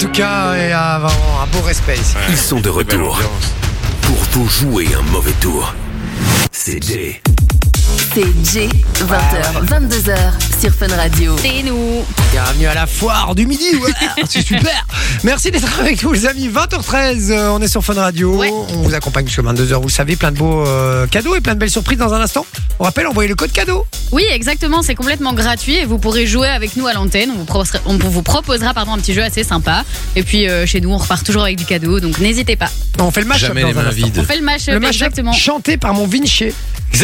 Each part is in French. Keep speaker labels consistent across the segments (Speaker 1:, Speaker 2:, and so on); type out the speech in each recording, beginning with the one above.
Speaker 1: Lucas et à, vraiment un beau respect ici.
Speaker 2: Ils sont de retour pour vous jouer un mauvais tour. C'est Jay.
Speaker 3: C'est J, 20h, 22h sur Fun Radio.
Speaker 4: C'est nous.
Speaker 1: Bienvenue à la foire du midi, ouais, Ah, c'est super. Merci d'être avec nous les amis, 20h13, euh, on est sur Fun Radio,
Speaker 4: Ouais.
Speaker 1: on vous accompagne jusqu'à 22h, vous le savez, plein de beaux euh, cadeaux et plein de belles surprises dans un instant. On rappelle, envoyez le code cadeau.
Speaker 4: Oui, exactement, c'est complètement gratuit et vous pourrez jouer avec nous à l'antenne. On vous proposera, on vous proposera pardon, un petit jeu assez sympa. Et puis euh, chez nous, on repart toujours avec du cadeau, donc n'hésitez pas.
Speaker 1: On fait le match
Speaker 5: Jamais
Speaker 1: dans
Speaker 5: les
Speaker 1: un
Speaker 5: mains
Speaker 1: instant.
Speaker 5: vides.
Speaker 4: On fait le match,
Speaker 1: Le match
Speaker 4: exactement.
Speaker 1: chanté par mon Vinci. qui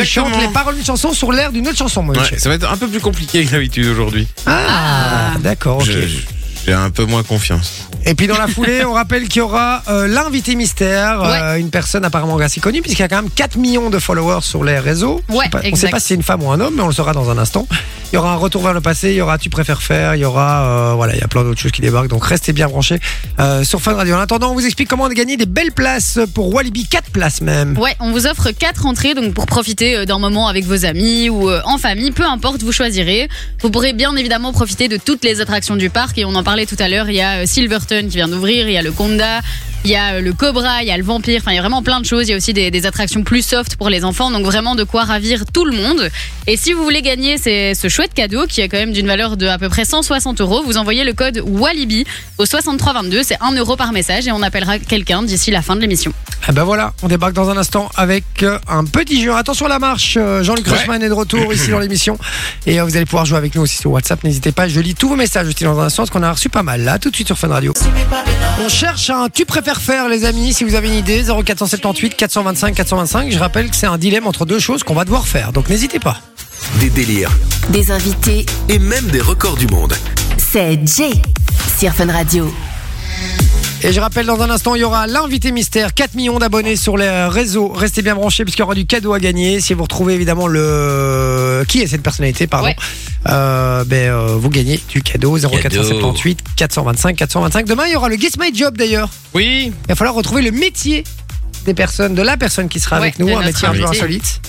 Speaker 5: Exactement.
Speaker 1: chante les paroles d'une chanson sur l'air d'une autre chanson, mon Vinci.
Speaker 5: Ouais, ça va être un peu plus compliqué que d'habitude aujourd'hui.
Speaker 1: Ah, d'accord, ok.
Speaker 5: Je- je- J'ai un peu moins confiance.
Speaker 1: Et puis dans la foulée, on rappelle qu'il y aura euh, l'invité mystère, euh, une personne apparemment assez connue, puisqu'il y a quand même 4 millions de followers sur les réseaux. Je sais
Speaker 4: Ouais,
Speaker 1: pas- on ne sait
Speaker 4: exact.
Speaker 1: pas si c'est une femme ou un homme, mais on le saura dans un instant. Il y aura un retour vers le passé, il y aura tu préfères faire, il y aura euh, voilà, il y a plein d'autres choses qui débarquent. Donc restez bien branchés euh, sur Fun Radio. En attendant, on vous explique comment on a gagné des belles places pour Walibi, 4 places même.
Speaker 4: Ouais, on vous offre quatre entrées donc pour profiter euh, d'un moment avec vos amis ou euh, en famille, peu importe, vous choisirez. Vous pourrez bien évidemment profiter de toutes les attractions du parc et on en parlait tout à l'heure, il y a euh, Silverton qui vient d'ouvrir, il y a le Conda, il y a euh, le Cobra, il y a le Vampire, enfin il y a vraiment plein de choses, il y a aussi des, des attractions plus soft pour les enfants, donc vraiment de quoi ravir tout le monde. Et si vous voulez gagner ces- ce chouette cadeau qui est quand même d'une valeur de à peu près 160 euros, vous envoyez le code WALIBI au 6322, c'est 1 euro par message et on appellera quelqu'un d'ici la fin de l'émission.
Speaker 1: Ah ben voilà, on débarque dans un instant avec euh, un petit jeu. Attention à la marche, euh, Jean-Luc
Speaker 5: Ouais.
Speaker 1: Reichmann est de retour ici dans l'émission. Et euh, vous allez pouvoir jouer avec nous aussi sur WhatsApp, n'hésitez pas. Je lis tous vos messages aussi dans un instant, parce qu'on a reçu pas mal là, tout de suite sur Fun Radio. On cherche un tu préfères faire, les amis, si vous avez une idée, 0478 425 425. Je rappelle que c'est un dilemme entre deux choses qu'on va devoir faire, donc n'hésitez pas.
Speaker 2: Des délires
Speaker 3: Des invités,
Speaker 2: et même des records du monde.
Speaker 3: c'est J sur Fun Radio.
Speaker 1: Et je rappelle, dans un instant, il y aura l'invité mystère, 4 millions d'abonnés sur les réseaux. Restez bien branchés puisqu'il y aura du cadeau à gagner. Si vous retrouvez évidemment le... Qui est cette personnalité, pardon
Speaker 4: Ouais.
Speaker 1: Euh, ben, euh, Vous gagnez du cadeau, 0478 425 425. Demain, il y aura le Guess My Job d'ailleurs.
Speaker 5: Oui,
Speaker 1: Il va falloir retrouver le métier des personnes, de la personne qui sera
Speaker 4: Ouais,
Speaker 1: avec nous,
Speaker 4: de
Speaker 1: un
Speaker 4: notre
Speaker 1: métier un peu
Speaker 4: invité.
Speaker 1: insolite.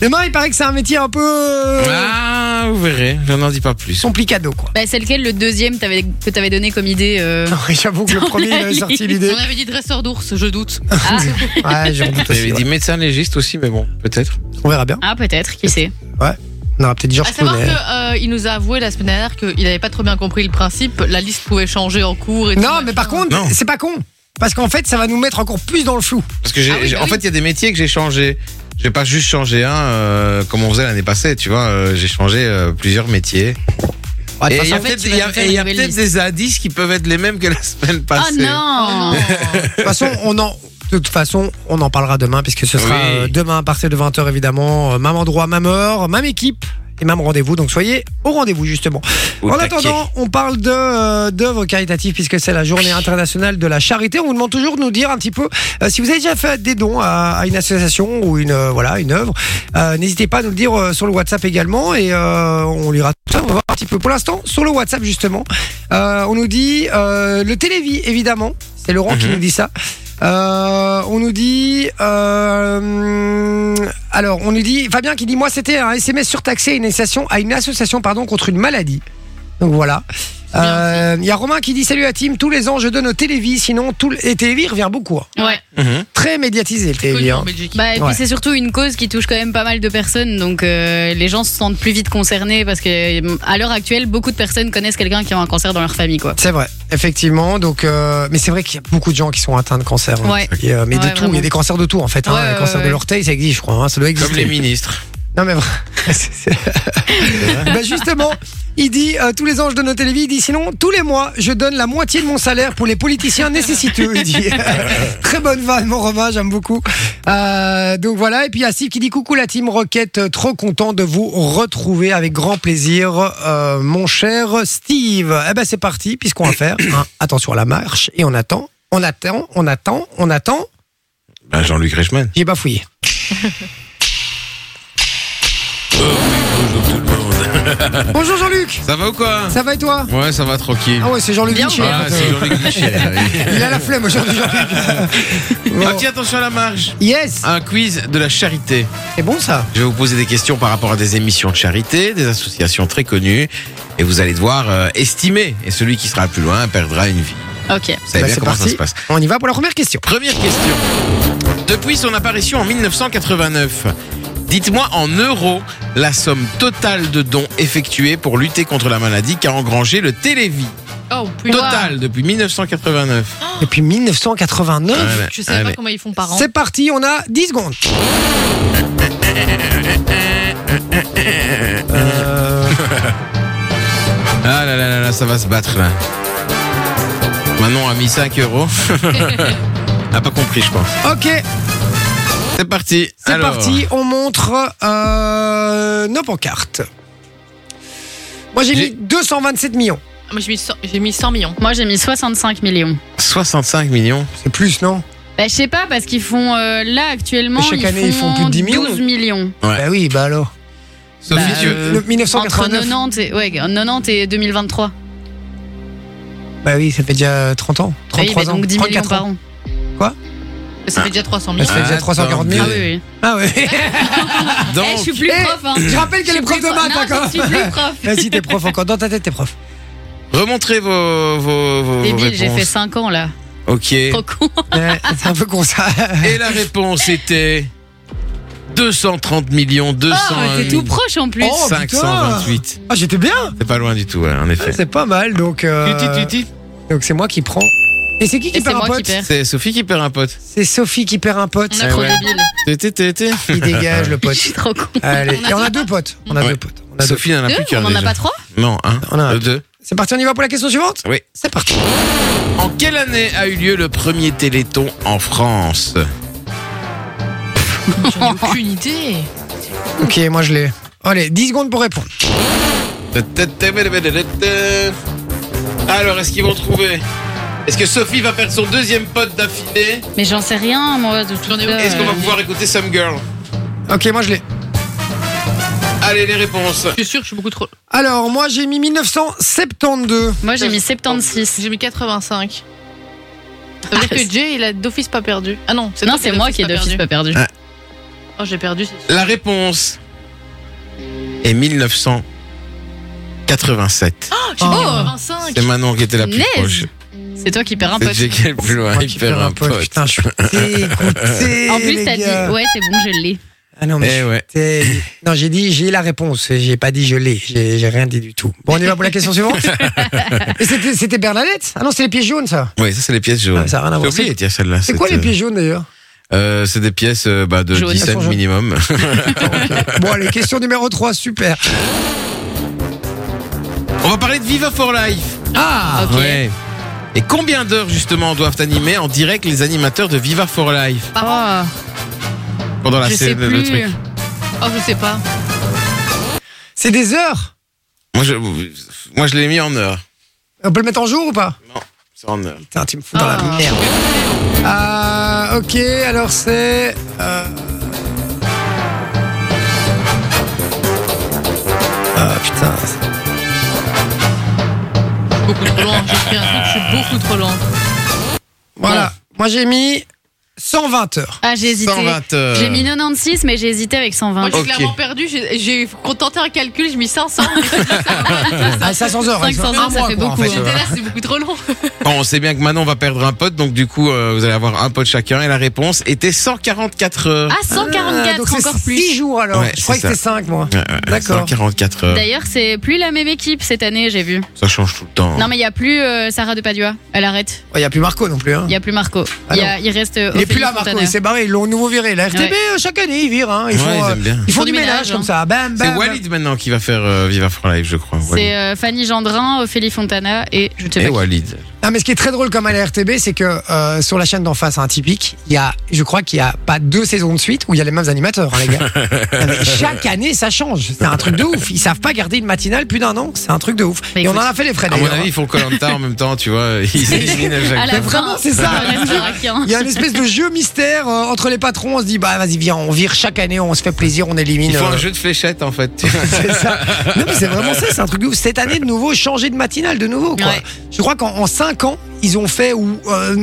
Speaker 1: Demain, il paraît que c'est un métier un peu... euh,
Speaker 5: ah, vous verrez, je n'en dis pas plus.
Speaker 1: Complicado, quoi.
Speaker 4: Bah, c'est lequel le deuxième t'avais- que t'avais donné comme idée euh,
Speaker 1: J'avoue que Ah, le premier, il avait sorti l'idée.
Speaker 6: On avait dit dresseur d'ours, je doute.
Speaker 1: Ouais, je redoute
Speaker 5: Vous
Speaker 1: aussi,
Speaker 5: avez dit
Speaker 1: ouais.
Speaker 5: médecin légiste aussi, mais bon, peut-être.
Speaker 1: On verra bien.
Speaker 4: Ah peut-être, qui sait
Speaker 1: On aura peut-être Georges
Speaker 6: À savoir
Speaker 1: Clooney.
Speaker 6: que euh, il nous a avoué la semaine dernière qu'il n'avait pas trop bien compris le principe. La liste pouvait changer en cours. Et tout
Speaker 1: Non,
Speaker 6: machin.
Speaker 1: mais par contre,
Speaker 5: Non.
Speaker 1: c'est pas con. Parce qu'en fait, ça va nous mettre encore plus dans le flou.
Speaker 5: Parce que j'ai,
Speaker 6: Ah oui,
Speaker 5: j'ai-
Speaker 6: bah
Speaker 5: en
Speaker 6: oui.
Speaker 5: fait, il y a des métiers que j'ai changés. J'ai pas juste changé un, euh, comme on faisait l'année passée, tu vois. euh, j'ai changé euh, plusieurs métiers.
Speaker 1: Ouais,
Speaker 5: Et
Speaker 1: de
Speaker 5: il
Speaker 1: toute
Speaker 5: y
Speaker 1: façon-
Speaker 5: a
Speaker 6: fait,
Speaker 5: peut-être
Speaker 6: tu
Speaker 5: il
Speaker 6: vas
Speaker 5: y a-
Speaker 6: nous faire
Speaker 5: et il y a
Speaker 6: une nouvelle
Speaker 5: peut-être des indices qui peuvent être les mêmes que la semaine
Speaker 4: Oh
Speaker 5: passée.
Speaker 6: Oh
Speaker 4: non
Speaker 1: de toute façon, on en. De toute façon, on en parlera demain, puisque ce sera
Speaker 5: Oui.
Speaker 1: euh, demain à partir de 20h, évidemment. Euh, Même endroit, même heure, même équipe et même rendez-vous. Donc soyez au rendez-vous, justement.
Speaker 5: Au
Speaker 1: en
Speaker 5: taquet.
Speaker 1: attendant, on parle de, euh, d'œuvres caritatives, puisque c'est la journée internationale de la charité. On vous demande toujours de nous dire un petit peu euh, si vous avez déjà fait des dons à, à une association ou une, euh, voilà, une œuvre. Euh, N'hésitez pas à nous le dire euh, sur le WhatsApp également et euh, on lira tout ça. On va voir un petit peu. Pour l'instant, sur le WhatsApp justement, euh, on nous dit euh, le télévis évidemment. C'est Laurent qui
Speaker 5: Mhm.
Speaker 1: nous dit ça. Euh, on nous dit euh, alors on nous dit Fabien qui dit moi c'était un SMS surtaxé à une association à une association pardon contre une maladie. Donc voilà. Euh, Il y a Romain qui dit salut à Tim tous les ans je donne au télévis sinon tout le... et télévis revient beaucoup. hein.
Speaker 4: Ouais.
Speaker 5: Mhm.
Speaker 1: Très médiatisé le télévis.
Speaker 6: Connu
Speaker 1: hein.
Speaker 6: en Belgique.
Speaker 4: Bah, et puis
Speaker 1: Ouais.
Speaker 4: c'est surtout une cause qui touche quand même pas mal de personnes, donc euh, les gens se sentent plus vite concernés parce que euh, à l'heure actuelle, beaucoup de personnes connaissent quelqu'un qui a un cancer dans leur famille, quoi.
Speaker 1: C'est vrai, effectivement. Donc, euh, mais c'est vrai qu'il y a beaucoup de gens qui sont atteints de cancer. hein.
Speaker 4: Ouais.
Speaker 1: Et, euh, mais de
Speaker 6: Ouais,
Speaker 1: tout,
Speaker 6: vraiment.
Speaker 1: il y a des cancers de tout en fait. hein.
Speaker 6: Ouais,
Speaker 1: Le
Speaker 6: ouais,
Speaker 1: cancer
Speaker 6: ouais,
Speaker 1: de
Speaker 6: ouais.
Speaker 1: l'orteil, ça existe, je crois. hein. Ça doit exister.
Speaker 5: Comme les ministres.
Speaker 1: Non mais c'est- c'est- Bah, justement, il dit euh, tous les ans je donne au télévis. Il dit sinon tous les mois je donne la moitié de mon salaire pour les politiciens nécessiteux. Il dit très bonne vanne, mon Romain, j'aime beaucoup. Euh, donc voilà. Et puis il y a Steve qui dit coucou la team Rocket, euh, trop content de vous retrouver avec grand plaisir, euh, mon cher Steve. Eh ben c'est parti puisqu'on va faire un attention à la marche et on attend, on attend, on attend, on attend.
Speaker 5: Ben, Jean-Luc Reichmann.
Speaker 1: J'ai bafouillé. Bonjour Jean-Luc.
Speaker 5: Ça va ou quoi
Speaker 1: Ça va et toi
Speaker 5: Ouais, ça va tranquille.
Speaker 1: Ah ouais, c'est Jean-Luc
Speaker 7: Bien,
Speaker 1: Michel.
Speaker 7: ouais.
Speaker 1: en
Speaker 5: Ah,
Speaker 1: fait,
Speaker 5: c'est
Speaker 1: euh,
Speaker 5: Jean-Luc Michel.
Speaker 1: Il a la flemme aujourd'hui, Jean-Luc. Bon.
Speaker 5: Ah, tiens, Ah, attention à la marge.
Speaker 1: Yes,
Speaker 5: Un quiz de la charité.
Speaker 1: c'est bon ça.
Speaker 5: Je vais vous poser des questions par rapport à des émissions de charité, des associations très connues, et vous allez devoir euh, estimer. Et celui qui sera le plus loin perdra une vie.
Speaker 7: Ok.
Speaker 5: Vous savez
Speaker 1: Bah,
Speaker 5: bien
Speaker 1: c'est
Speaker 5: comment ça
Speaker 1: parti.
Speaker 5: se passe.
Speaker 1: On y va pour la première question.
Speaker 5: Première question. Depuis son apparition en 1989, dites-moi en euros la somme totale de dons effectués pour lutter contre la maladie qu'a engrangé le Télévis.
Speaker 4: Oh, putain.
Speaker 5: Total depuis 1989.
Speaker 1: Depuis 1989.
Speaker 5: Voilà.
Speaker 4: Je sais pas
Speaker 5: Allez.
Speaker 4: comment ils font par an.
Speaker 1: C'est parti, on a 10 secondes. Euh,
Speaker 5: Ah là là là là, ça va se battre là. Manon a mis 5 euros. a pas compris, je pense.
Speaker 1: ok,
Speaker 5: C'est parti.
Speaker 1: c'est
Speaker 5: Alors,
Speaker 1: parti, on montre euh, nos pancartes. Moi j'ai
Speaker 5: J'ai-
Speaker 1: mis 227 millions.
Speaker 4: Moi, j'ai mis, 100 j'ai mis 100 millions.
Speaker 7: Moi, j'ai mis 65 millions.
Speaker 5: 65 millions.
Speaker 1: C'est plus, non
Speaker 7: Bah, je sais pas, parce qu'ils font euh, là actuellement.
Speaker 1: Mais chaque
Speaker 7: ils
Speaker 1: année, ils font plus de 10 millions.
Speaker 7: 12 millions.
Speaker 5: Ouais.
Speaker 1: Bah oui, bah alors.
Speaker 5: Sophie,
Speaker 7: Bah,
Speaker 5: tu veux-
Speaker 7: euh,
Speaker 1: Le
Speaker 7: Entre
Speaker 1: 1989.
Speaker 7: 90 et, ouais, 90 et 2023.
Speaker 1: Bah oui, ça fait déjà 30 ans.
Speaker 7: Ah Oui, mais
Speaker 1: 33 ans.
Speaker 7: donc 10 millions
Speaker 1: 34
Speaker 7: par an.
Speaker 1: Ah.
Speaker 4: Ça fait déjà 300 millions.
Speaker 1: Ça fait déjà 340
Speaker 7: Ah
Speaker 1: 000.
Speaker 7: oui, oui.
Speaker 1: Ah ouais.
Speaker 5: Donc,
Speaker 7: Eh, je suis plus
Speaker 1: Eh,
Speaker 7: prof. Hein.
Speaker 1: Je rappelle qu'elle est prof de maths
Speaker 7: Non,
Speaker 1: encore.
Speaker 7: Je suis
Speaker 4: eh.
Speaker 7: plus prof.
Speaker 1: Vas-y, t'es prof encore. Dans ta tête, t'es prof.
Speaker 5: remontrez vos, vos, vos- vos
Speaker 7: Débile, j'ai
Speaker 5: réponses.
Speaker 7: fait 5 ans là.
Speaker 5: Ok.
Speaker 7: Trop con.
Speaker 1: Ouais, C'est un peu con ça.
Speaker 5: Et la réponse était 230 millions 200
Speaker 7: Oh, t'es tout proche en plus.
Speaker 1: Oh,
Speaker 5: 528.
Speaker 1: Ah, j'étais bien.
Speaker 5: C'est pas loin du tout, ouais, en
Speaker 7: Ah,
Speaker 5: effet.
Speaker 1: C'est pas mal. Donc, euh, donc c'est moi qui prends. Et c'est qui qui
Speaker 7: Et c'est
Speaker 1: perd un
Speaker 7: moi qui
Speaker 1: pote
Speaker 7: perds.
Speaker 5: C'est Sophie qui perd un pote.
Speaker 1: C'est Sophie qui perd un pote.
Speaker 7: On a trop
Speaker 5: ouais.
Speaker 7: débile.
Speaker 5: Té, té, té, té.
Speaker 1: Il dégage le
Speaker 7: Je
Speaker 1: pote.
Speaker 7: suis trop con.
Speaker 1: Allez. Et on a deux potes. On a
Speaker 5: Ouais.
Speaker 1: deux potes. On a deux.
Speaker 5: Sophie n'en a
Speaker 7: Ah, Deux,
Speaker 5: plus
Speaker 7: on
Speaker 5: qu'un.
Speaker 7: en a
Speaker 5: déjà.
Speaker 7: pas trois
Speaker 5: Non, un. euh,
Speaker 1: On en a un.
Speaker 5: deux.
Speaker 1: C'est parti, on y va pour la question suivante
Speaker 5: Oui.
Speaker 1: C'est parti.
Speaker 5: En quelle année a eu lieu le premier téléthon en France
Speaker 4: J'en ai aucune idée.
Speaker 1: Ok, moi je l'ai. Allez, 10 secondes pour répondre.
Speaker 5: Alors, est-ce qu'ils vont trouver Est-ce que Sophie va perdre son deuxième pote d'affilée
Speaker 7: Mais j'en sais rien, moi, de tout
Speaker 4: J'en ai
Speaker 7: ça.
Speaker 4: aucune.
Speaker 5: Est-ce qu'on va pouvoir écouter Some Girl
Speaker 1: Ok, moi je l'ai.
Speaker 5: Allez, les réponses.
Speaker 4: Je suis sûr que je suis beaucoup trop.
Speaker 1: Alors, moi j'ai mis 1972.
Speaker 7: Moi, j'ai mis 76.
Speaker 4: J'ai mis 85. Ça veut dire que Jay, il a d'office pas perdu. Ah non, c'est
Speaker 7: Ah, Non,
Speaker 4: toi
Speaker 7: c'est
Speaker 4: as
Speaker 7: moi qui ai
Speaker 4: perdu.
Speaker 7: d'office pas perdu.
Speaker 4: Oh, j'ai perdu. c'est sûr.
Speaker 5: La réponse est 1987.
Speaker 1: Ah,
Speaker 4: Oh, j'ai mis 85.
Speaker 5: C'est Manon qui était la plus
Speaker 7: Naze.
Speaker 5: proche.
Speaker 7: C'est toi qui perds un
Speaker 5: C'est
Speaker 7: pote.
Speaker 5: Jake qui est le plus loin.
Speaker 1: Moi
Speaker 5: Ah, Il
Speaker 1: qui
Speaker 5: perd
Speaker 1: perds
Speaker 5: un pote.
Speaker 1: Putain, je suis dégoûté,
Speaker 7: En plus,
Speaker 1: les
Speaker 7: t'as
Speaker 1: gars.
Speaker 7: dit, ouais, c'est bon, je l'ai.
Speaker 1: Ah non, mais je
Speaker 5: Eh
Speaker 1: suis
Speaker 5: ouais.
Speaker 1: T'es- Non, j'ai dit, j'ai la réponse. J'ai pas dit je l'ai. J'ai j'ai rien dit du tout. Bon, on y va pour la question suivante. Et c'était c'était Bernadette Ah non, c'est les pieds jaunes, ça.
Speaker 5: Oui, ça c'est les pièces jaunes.
Speaker 1: Ah, ça a rien à
Speaker 5: J'ai
Speaker 1: voir.
Speaker 5: oublié, tiens, celle-là.
Speaker 1: C'est quoi les
Speaker 5: c'était-
Speaker 1: pieds jaunes d'ailleurs
Speaker 5: Euh, C'est des pièces euh, bah, de
Speaker 7: Jaunes.
Speaker 5: 10
Speaker 1: Elles sont
Speaker 5: cents
Speaker 1: jaunes.
Speaker 5: minimum.
Speaker 1: Bon, allez, question numéro 3, super.
Speaker 5: On va parler de Viva for Life.
Speaker 1: Ah
Speaker 7: Ok.
Speaker 5: Ouais. Et combien d'heures justement doivent animer en direct les animateurs de Viva for Life
Speaker 7: Oh,
Speaker 5: pendant
Speaker 1: Ah,
Speaker 5: la
Speaker 7: je sais
Speaker 5: scène le
Speaker 7: plus.
Speaker 5: truc
Speaker 4: Oh, je sais pas.
Speaker 1: C'est des heures
Speaker 5: Moi je, moi, je l'ai mis en heures.
Speaker 1: On peut le mettre en jour ou pas
Speaker 5: Non, c'est en heures.
Speaker 1: Putain, tu me fous dans la
Speaker 7: Oh.
Speaker 4: Ah.
Speaker 1: merde. Ah, ok, alors c'est. euh, Ah putain.
Speaker 4: Beaucoup trop loin. J'ai pris un truc, je suis beaucoup trop loin.
Speaker 1: Voilà. Moi j'ai mis 120 heures.
Speaker 7: Ah, j'ai hésité.
Speaker 1: euh,
Speaker 5: 120 heures.
Speaker 7: J'ai mis 96, mais j'ai hésité avec 120.
Speaker 4: Moi, j'ai
Speaker 5: Ok.
Speaker 4: clairement perdu. J'ai j'ai contenté un calcul, j'ai mis 500.
Speaker 1: Ah, 500 heures.
Speaker 7: 500
Speaker 1: un
Speaker 7: heures, ça
Speaker 1: mois,
Speaker 7: fait
Speaker 1: quoi, en
Speaker 7: beaucoup,
Speaker 1: fait.
Speaker 7: hein.
Speaker 4: J'étais là, c'est beaucoup trop long.
Speaker 5: Bon, on sait bien que Manon va perdre un pote, donc du coup, euh, vous allez avoir un pote chacun. Et la réponse était 144 heures.
Speaker 7: Ah, 144,
Speaker 1: Ah, donc c'est
Speaker 7: encore plus.
Speaker 1: 6 jours alors.
Speaker 5: Ouais,
Speaker 1: je croyais
Speaker 5: c'est
Speaker 1: que c'était 5 moi.
Speaker 5: Ouais, ouais,
Speaker 1: D'accord.
Speaker 5: 144 heures.
Speaker 7: Ah. D'ailleurs, c'est plus la même équipe cette année, j'ai vu.
Speaker 5: Ça change tout le temps.
Speaker 7: Non, mais il n'y a plus euh, Sarah Depadua. Elle arrête.
Speaker 1: Il n'y a plus Marco non plus. Hein.
Speaker 7: Il n'y a plus Marco.
Speaker 1: Ah
Speaker 7: Il y a- il reste. euh,
Speaker 1: Il n'est
Speaker 7: Ophélie
Speaker 1: plus là Marco,
Speaker 7: Fontana.
Speaker 1: il s'est barré, ils l'ont nouveau viré. La RTB,
Speaker 7: Ouais.
Speaker 1: euh, chaque année, ils virent. Hein. Ils,
Speaker 5: Ouais,
Speaker 1: font,
Speaker 5: ils
Speaker 1: euh,
Speaker 5: aiment
Speaker 1: ils
Speaker 5: bien.
Speaker 1: font
Speaker 7: Ils
Speaker 1: du
Speaker 7: font du
Speaker 1: ménage
Speaker 7: ménage,
Speaker 1: comme
Speaker 7: hein.
Speaker 1: ça. Bam,
Speaker 5: C'est
Speaker 1: bam.
Speaker 5: Walid maintenant qui va faire euh, Viva for Life, je crois.
Speaker 7: bah. C'est
Speaker 5: Walid.
Speaker 7: euh, Fanny Gendrin, Ophélie Fontana et je te
Speaker 5: Et
Speaker 7: sais pas.
Speaker 5: Walid.
Speaker 1: Non, mais ce qui est très drôle comme à la RTB, c'est que euh, sur la chaîne d'en face, hein, typique, il y a, je crois qu'il n'y a pas deux saisons de suite où il y a les mêmes animateurs, hein, les gars. Non, mais chaque année, ça change. C'est un truc de ouf. Ils savent pas garder une matinale plus d'un an. C'est un truc de ouf.
Speaker 7: Mais
Speaker 1: Et on en
Speaker 7: écoute.
Speaker 1: a fait les frais
Speaker 5: À mon
Speaker 1: d'ailleurs.
Speaker 5: avis, ils font Colanta en même temps, tu vois. Ils s'éliminent à
Speaker 7: qui.
Speaker 5: chaque
Speaker 7: À la
Speaker 1: Mais vraiment,
Speaker 7: fin,
Speaker 1: c'est ça.
Speaker 7: il reste Rakin.
Speaker 1: Il y a une espèce de jeu mystère euh, entre les patrons. On se dit, bah vas-y, viens, on vire chaque année, on se fait plaisir, on élimine.
Speaker 5: Il faut
Speaker 1: euh,
Speaker 5: un jeu de fléchettes en fait.
Speaker 1: c'est ça. Non, mais c'est vraiment ça, c'est un truc de ouf. Cette année, de nouveau, changer de matinale, de nouveau, quoi.
Speaker 7: Ouais.
Speaker 1: Je crois qu'en 5 ans, ils ont fait ou,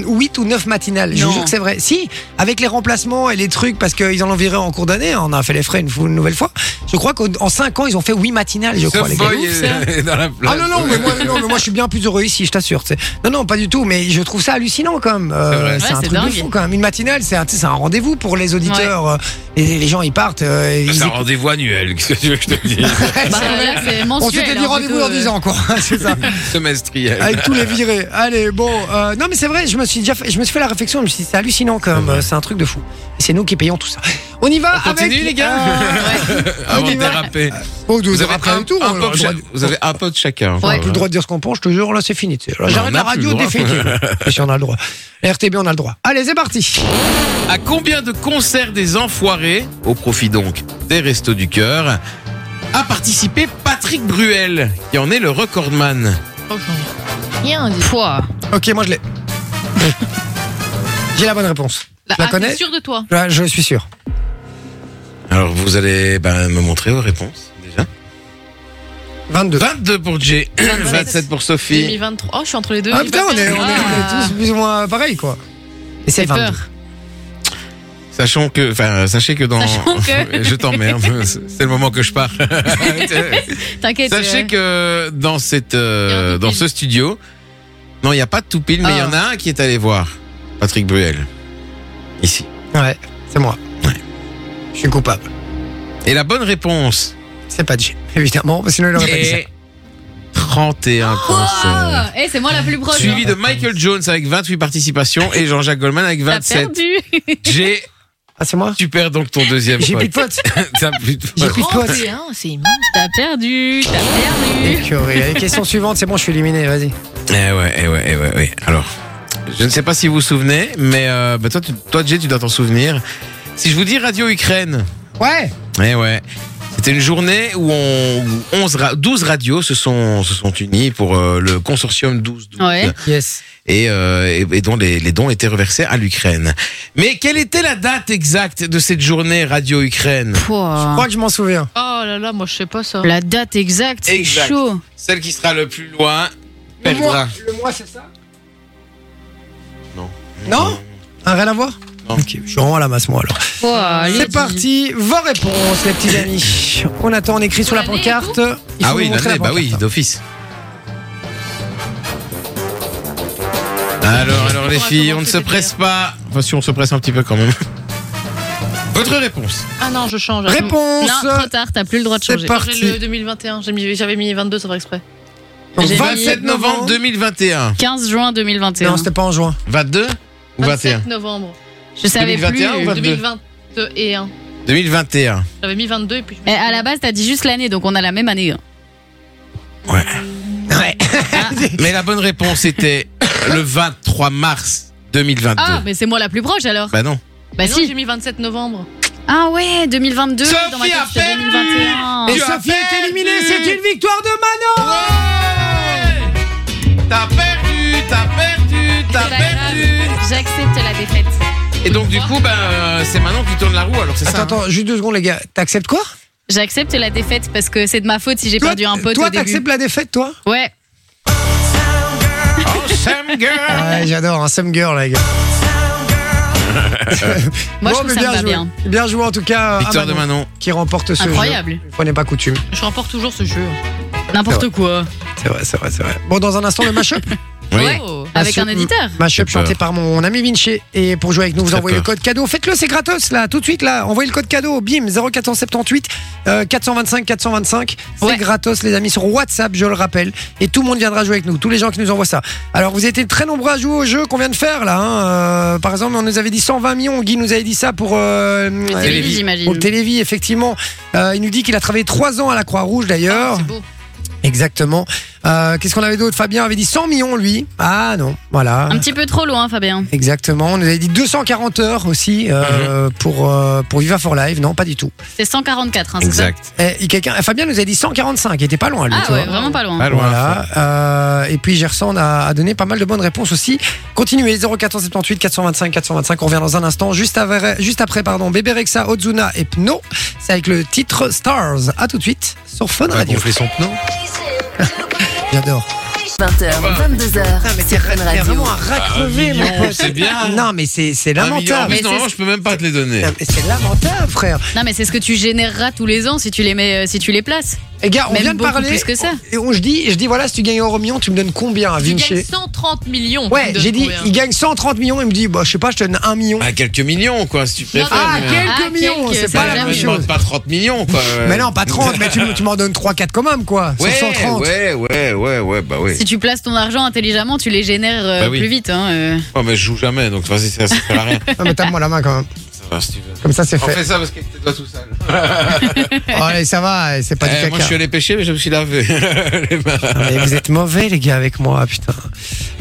Speaker 1: 8 ou 9 matinales. Je vous
Speaker 7: Non.
Speaker 1: jure que c'est vrai. Si, avec les remplacements et les trucs, parce qu'ils en ont viré en cours d'année, hein, on a fait les frais une, fois- une nouvelle fois. Je crois qu'en 5 ans, ils ont fait 8 matinales, je crois,
Speaker 5: Sauf
Speaker 1: les gars.
Speaker 5: Boy est- est dans la place.
Speaker 1: Ah non, non, mais moi, non, mais moi je suis bien plus heureux ici, je t'assure. tu sais. Non, non, pas du tout, mais je trouve ça hallucinant quand même. Euh,
Speaker 5: C'est vrai.
Speaker 1: c'est
Speaker 7: Ouais,
Speaker 1: un
Speaker 7: c'est
Speaker 1: truc de
Speaker 7: dingue.
Speaker 1: fou quand même. Une matinale, c'est un, tu sais, c'est un rendez-vous pour les auditeurs. euh, et les gens, ils partent. euh, et
Speaker 5: C'est
Speaker 1: ils
Speaker 5: un rendez-vous annuel, qu'est-ce que tu veux que je te dise
Speaker 1: Ah,
Speaker 7: Bah, là, c'est
Speaker 1: on
Speaker 7: mensuel, hein,
Speaker 1: s'était dit
Speaker 7: alors,
Speaker 1: rendez-vous
Speaker 7: plutôt, euh.
Speaker 1: dans 10 ans, quoi. c'est ça.
Speaker 5: Semestriel.
Speaker 1: Avec tous les virés. Allez, bon. euh, non, mais c'est vrai, je me suis déjà fait, je me suis fait la réflexion. Je me suis dit, c'est hallucinant quand même. euh, C'est un truc de fou. Et c'est nous qui payons tout ça. On y va
Speaker 5: On continue,
Speaker 1: avec-
Speaker 5: les gars
Speaker 1: Euh,
Speaker 5: Avant
Speaker 1: on y
Speaker 5: de
Speaker 1: va.
Speaker 5: déraper.
Speaker 1: Bon, vous avez
Speaker 5: un,
Speaker 1: un tour. hein, euh, on a
Speaker 5: un
Speaker 1: le
Speaker 5: pop
Speaker 1: droit
Speaker 5: cha-
Speaker 1: de-
Speaker 5: vous avez un pote chacun.
Speaker 1: On
Speaker 5: enfin,
Speaker 1: n'a plus le droit de dire ce qu'on pense, je te jure, là c'est fini. tu sais. Là, J'arrête
Speaker 5: on
Speaker 1: la
Speaker 5: a plus
Speaker 1: radio
Speaker 5: le droit.
Speaker 1: définitive. Mais si on a le droit. La RTB, on a le droit. Allez, c'est parti.
Speaker 5: À combien de concerts des enfoirés, au profit donc des Restos du Cœur, a participé Patrick Bruel, qui en est le recordman
Speaker 4: Oh, j'en ai Rien dit.
Speaker 7: Pouah.
Speaker 1: Ok, moi je l'ai. J'ai la bonne réponse.
Speaker 4: La,
Speaker 1: la
Speaker 4: ah,
Speaker 1: connais
Speaker 4: t'es sûr de toi
Speaker 1: Là, je suis sûr.
Speaker 5: Alors vous allez ben, me montrer vos réponses déjà.
Speaker 1: 22.
Speaker 5: 22 pour Jay, 27 pour Sophie.
Speaker 4: 2023. Oh, je suis entre les deux.
Speaker 1: Ah putain, on est, on est- on est
Speaker 4: Ah.
Speaker 1: tous plus ou moins pareil quoi. Et c'est
Speaker 7: J'ai
Speaker 1: 22.
Speaker 7: peur.
Speaker 5: Sachant que, enfin, sachez que dans,
Speaker 7: Sachant que-
Speaker 5: je t'emmerde, c'est c'est le moment que je pars.
Speaker 7: T'inquiète.
Speaker 5: Sachez
Speaker 7: euh,
Speaker 5: que dans cette, euh,
Speaker 4: Il y a un tout
Speaker 5: dans
Speaker 4: pile.
Speaker 5: ce studio, non, il n'y a pas de tout pile, mais il y en a un qui est allé voir Patrick Bruel ici.
Speaker 1: Ouais, c'est moi. Je suis coupable.
Speaker 5: Et la bonne réponse
Speaker 1: C'est pas J, évidemment, parce que sinon il aurait pas dit ça.
Speaker 5: est 31 concerts.
Speaker 7: Ah, eh, c'est moi la plus proche.
Speaker 5: Suivi
Speaker 7: hein.
Speaker 5: de Michael Jones avec 28 participations et Jean-Jacques Goldman avec
Speaker 7: T'as
Speaker 5: 27.
Speaker 7: perdu.
Speaker 5: J'ai,
Speaker 1: Ah, c'est moi
Speaker 5: tu perds donc ton deuxième
Speaker 1: J'ai
Speaker 5: pote.
Speaker 1: plus de potes.
Speaker 5: T'as plus de
Speaker 1: J'ai
Speaker 5: pote.
Speaker 1: plus de potes.
Speaker 4: C'est Oh, un, c'est immense.
Speaker 7: T'as perdu. T'as perdu.
Speaker 1: Écœuré. Allez, question suivante, c'est bon, je suis éliminé, vas-y.
Speaker 5: Eh ouais, eh ouais, eh ouais, oui. Alors, je ne sais pas si vous vous souvenez, mais euh, bah, toi, tu, toi, Jay, tu dois t'en souvenir. Si je vous dis Radio Ukraine,
Speaker 1: Ouais
Speaker 5: eh ouais. C'était une journée où on, où 11 ra- 12 radios se sont, se sont unies pour euh, le consortium 12.
Speaker 7: Ouais.
Speaker 1: Yes.
Speaker 5: et, euh, et- et dont les, les dons étaient reversés à l'Ukraine. Mais quelle était la date exacte de cette journée Radio Ukraine
Speaker 1: Je
Speaker 7: Pouah.
Speaker 1: crois que je m'en souviens.
Speaker 4: Oh là là, moi je sais pas ça.
Speaker 7: La date exacte, c'est
Speaker 5: Exact.
Speaker 7: chaud.
Speaker 5: Celle qui sera le plus loin perdra.
Speaker 1: Le mois, c'est ça
Speaker 5: Non.
Speaker 1: Non Ah, Rien à voir Ah,
Speaker 5: Non.
Speaker 1: Ok, je suis vraiment à la masse, moi alors.
Speaker 7: Pouah, les-
Speaker 1: C'est parti, vos réponses, les petits amis. On attend, on écrit sur la
Speaker 7: L'année et
Speaker 1: pancarte. Il faut
Speaker 5: Ah oui,
Speaker 1: nous montrer
Speaker 5: l'année,
Speaker 1: la
Speaker 5: bah oui,
Speaker 1: pancarte.
Speaker 5: d'office. Alors, alors les
Speaker 4: On va
Speaker 5: filles, on ne
Speaker 4: commencer
Speaker 5: se
Speaker 4: de
Speaker 5: presse pas. Enfin, si on se presse un petit peu quand même. Votre réponse
Speaker 4: Ah non, je change.
Speaker 1: Réponse
Speaker 7: Non, trop tard, t'as plus le droit de
Speaker 1: C'est
Speaker 7: changer.
Speaker 1: parti.
Speaker 4: J'ai le 2021, j'ai mis- j'avais mis 22 sans faire exprès.
Speaker 1: Donc,
Speaker 7: J'ai euh, mis
Speaker 5: 27 novembre 2021.
Speaker 7: 15 juin 2021.
Speaker 1: Non, c'était pas en juin.
Speaker 5: 22 ou 21
Speaker 4: 27 novembre
Speaker 7: je savais
Speaker 5: 2021 ou
Speaker 7: plus.
Speaker 5: 22?
Speaker 4: 2021.
Speaker 5: 2021.
Speaker 4: J'avais mis 22 et puis je me
Speaker 7: Eh,
Speaker 4: suis
Speaker 7: à la
Speaker 4: dit,
Speaker 7: base, t'as dit juste l'année, donc on a la même année. hein.
Speaker 1: Ouais.
Speaker 5: Mais la bonne réponse était le 23 mars 2022.
Speaker 7: Ah, mais c'est moi la plus proche alors.
Speaker 5: Bah non.
Speaker 7: Bah
Speaker 4: non,
Speaker 7: si.
Speaker 4: j'ai mis 27 novembre.
Speaker 7: Ah ouais, 2022. dans ma
Speaker 5: Sophie a
Speaker 7: tête, c'était
Speaker 5: perdu
Speaker 7: 2021.
Speaker 1: Et
Speaker 5: Tu as
Speaker 1: Sophie est
Speaker 5: perdu.
Speaker 1: éliminée, c'est une victoire de Manon
Speaker 5: T'as perdu, t'as perdu, t'as
Speaker 7: C'est pas
Speaker 5: perdu.
Speaker 7: J'accepte la défaite.
Speaker 5: Et donc du coup, bah, euh, c'est maintenant qui tourne la roue, alors c'est ça.
Speaker 1: Attends, attends, juste deux secondes les gars, t'acceptes quoi
Speaker 7: J'accepte la défaite parce que c'est de ma faute si j'ai
Speaker 1: Toi,
Speaker 7: perdu un pote
Speaker 1: Toi
Speaker 7: au début.
Speaker 1: t'acceptes la défaite toi
Speaker 7: Ouais.
Speaker 5: hein. Oh, Sam Girl.
Speaker 1: Ah Ouais j'adore, un Some Girl les gars.
Speaker 7: Moi, je
Speaker 1: Bon,
Speaker 7: trouve
Speaker 1: mais
Speaker 7: ça me va
Speaker 1: joué.
Speaker 7: bien.
Speaker 1: Bien joué en tout cas. à
Speaker 5: Victoire de
Speaker 1: Ah, Manon,
Speaker 5: Manon.
Speaker 1: Qui remporte ce
Speaker 7: Incroyable.
Speaker 1: jeu. Une fois n'est pas coutume.
Speaker 4: Je remporte toujours ce jeu.
Speaker 7: N'importe quoi.
Speaker 1: C'est vrai, c'est vrai, c'est vrai. Bon, dans un instant, le mashup.
Speaker 5: Oui.
Speaker 7: Ouais.
Speaker 4: Oh.
Speaker 7: Avec
Speaker 1: Mashup-
Speaker 7: un éditeur.
Speaker 1: Mashup
Speaker 5: J'ai peur.
Speaker 1: chanté par mon ami Vinci. Et pour jouer avec nous, vous
Speaker 5: Très
Speaker 1: envoyez le
Speaker 5: peur.
Speaker 1: code cadeau. Faites-le, c'est gratos là, tout de suite là. Envoyez le code cadeau, bim, 0478 euh, 425 425. C'est
Speaker 7: Ouais.
Speaker 1: gratos, les amis, sur WhatsApp, je le rappelle. Et tout le monde viendra jouer avec nous, tous les gens qui nous envoient ça. Alors, vous étiez très nombreux à jouer au jeu qu'on vient de faire là. hein. Euh, par exemple, on nous avait dit 120 millions. Guy nous avait dit ça pour. euh, euh,
Speaker 5: Télévis.
Speaker 7: Télévis, j'imagine.
Speaker 1: Pour le Télévis, effectivement. Euh, il nous dit qu'il a travaillé trois ans à la Croix-Rouge
Speaker 4: Ah,
Speaker 1: d'ailleurs.
Speaker 4: c'est beau.
Speaker 1: Exactement. Euh, Qu'est-ce qu'on avait d'autre Fabien avait dit 100 millions, lui. Ah non, voilà.
Speaker 7: Un petit peu trop loin, Fabien.
Speaker 1: Exactement. On nous avait dit 240 heures aussi
Speaker 5: Mhm.
Speaker 1: euh, pour, euh, pour Viva for Live. Non, pas du tout.
Speaker 7: C'est 144, hein, c'est ça
Speaker 5: Exact.
Speaker 1: Et, et quelqu'un, et Fabien nous a dit 145. Il était pas loin, lui.
Speaker 7: Ah
Speaker 1: tu
Speaker 7: ouais,
Speaker 1: vois.
Speaker 7: vraiment pas loin.
Speaker 5: Pas loin.
Speaker 1: Voilà. Euh, et puis Gerson a, a donné pas mal de bonnes réponses aussi. Continuez 0478 425 425. On revient dans un instant. Juste, avant- juste après, pardon, Bébé Rexa, Ozuna et Pno. C'est avec le titre Stars. À tout de suite sur Fun
Speaker 5: On va
Speaker 1: Radio.
Speaker 5: gonfler son pneu.
Speaker 1: J'adore.
Speaker 3: 20h, 22h sur Fun
Speaker 1: Ah, C'est
Speaker 3: Radio.
Speaker 1: vraiment un racrevé, mon pote.
Speaker 5: Ah, c'est bien.
Speaker 1: Non, mais c'est c'est
Speaker 5: Un million. En
Speaker 1: lamentable.
Speaker 5: plus, normalement, je peux même pas te les donner.
Speaker 1: Non, mais C'est lamentable, frère.
Speaker 7: Non, mais c'est ce que tu généreras tous les ans si tu les mets, euh, si tu les places.
Speaker 1: Les Eh gars, on
Speaker 7: Même
Speaker 1: vient de
Speaker 7: beaucoup
Speaker 1: parler.
Speaker 7: plus que ça.
Speaker 1: Et on, je, dis, je dis, voilà, si tu gagnes euro million, tu me donnes combien à
Speaker 4: Tu gagnes
Speaker 1: Vinci
Speaker 4: 130 millions. hein. tu me
Speaker 1: Ouais,
Speaker 4: donnes
Speaker 1: j'ai dit,
Speaker 4: combien
Speaker 1: il gagne 130 millions. Il me dit, bah, je sais pas, je te donne 1 million.
Speaker 5: À Ah, quelques millions, quoi, si tu préfères.
Speaker 1: Ah,
Speaker 5: mais- euh,
Speaker 1: quelques
Speaker 7: Ah,
Speaker 1: millions,
Speaker 7: quelques,
Speaker 1: c'est
Speaker 7: c'est
Speaker 1: pas la
Speaker 7: jamais
Speaker 1: même
Speaker 5: Je
Speaker 1: chose.
Speaker 5: demande pas 30 millions, quoi. ouais.
Speaker 1: Mais non, pas 30, mais tu, me- tu m'en donnes 3-4 quand même, quoi. Sur
Speaker 5: Ouais,
Speaker 1: 130.
Speaker 5: ouais, ouais, ouais, ouais, bah oui.
Speaker 7: Si tu places ton argent intelligemment, tu les génères euh,
Speaker 5: Bah oui.
Speaker 7: plus vite. Hein, euh.
Speaker 5: Oh, mais je joue jamais, donc vas-y, ça, ça sert à rien.
Speaker 1: Non, Ah, mais tape-moi la main quand même.
Speaker 5: Ça va, si tu veux.
Speaker 1: Comme ça, c'est
Speaker 5: On
Speaker 1: fait.
Speaker 5: fait ça parce que t'es toi tout seul.
Speaker 1: Oh, allez, ça va, c'est pas
Speaker 5: Eh,
Speaker 1: du
Speaker 5: moi, je
Speaker 1: caca.
Speaker 5: suis allé pêcher, mais je me suis lavé les mains.
Speaker 1: Ah, mais vous êtes mauvais, les gars, avec moi, putain.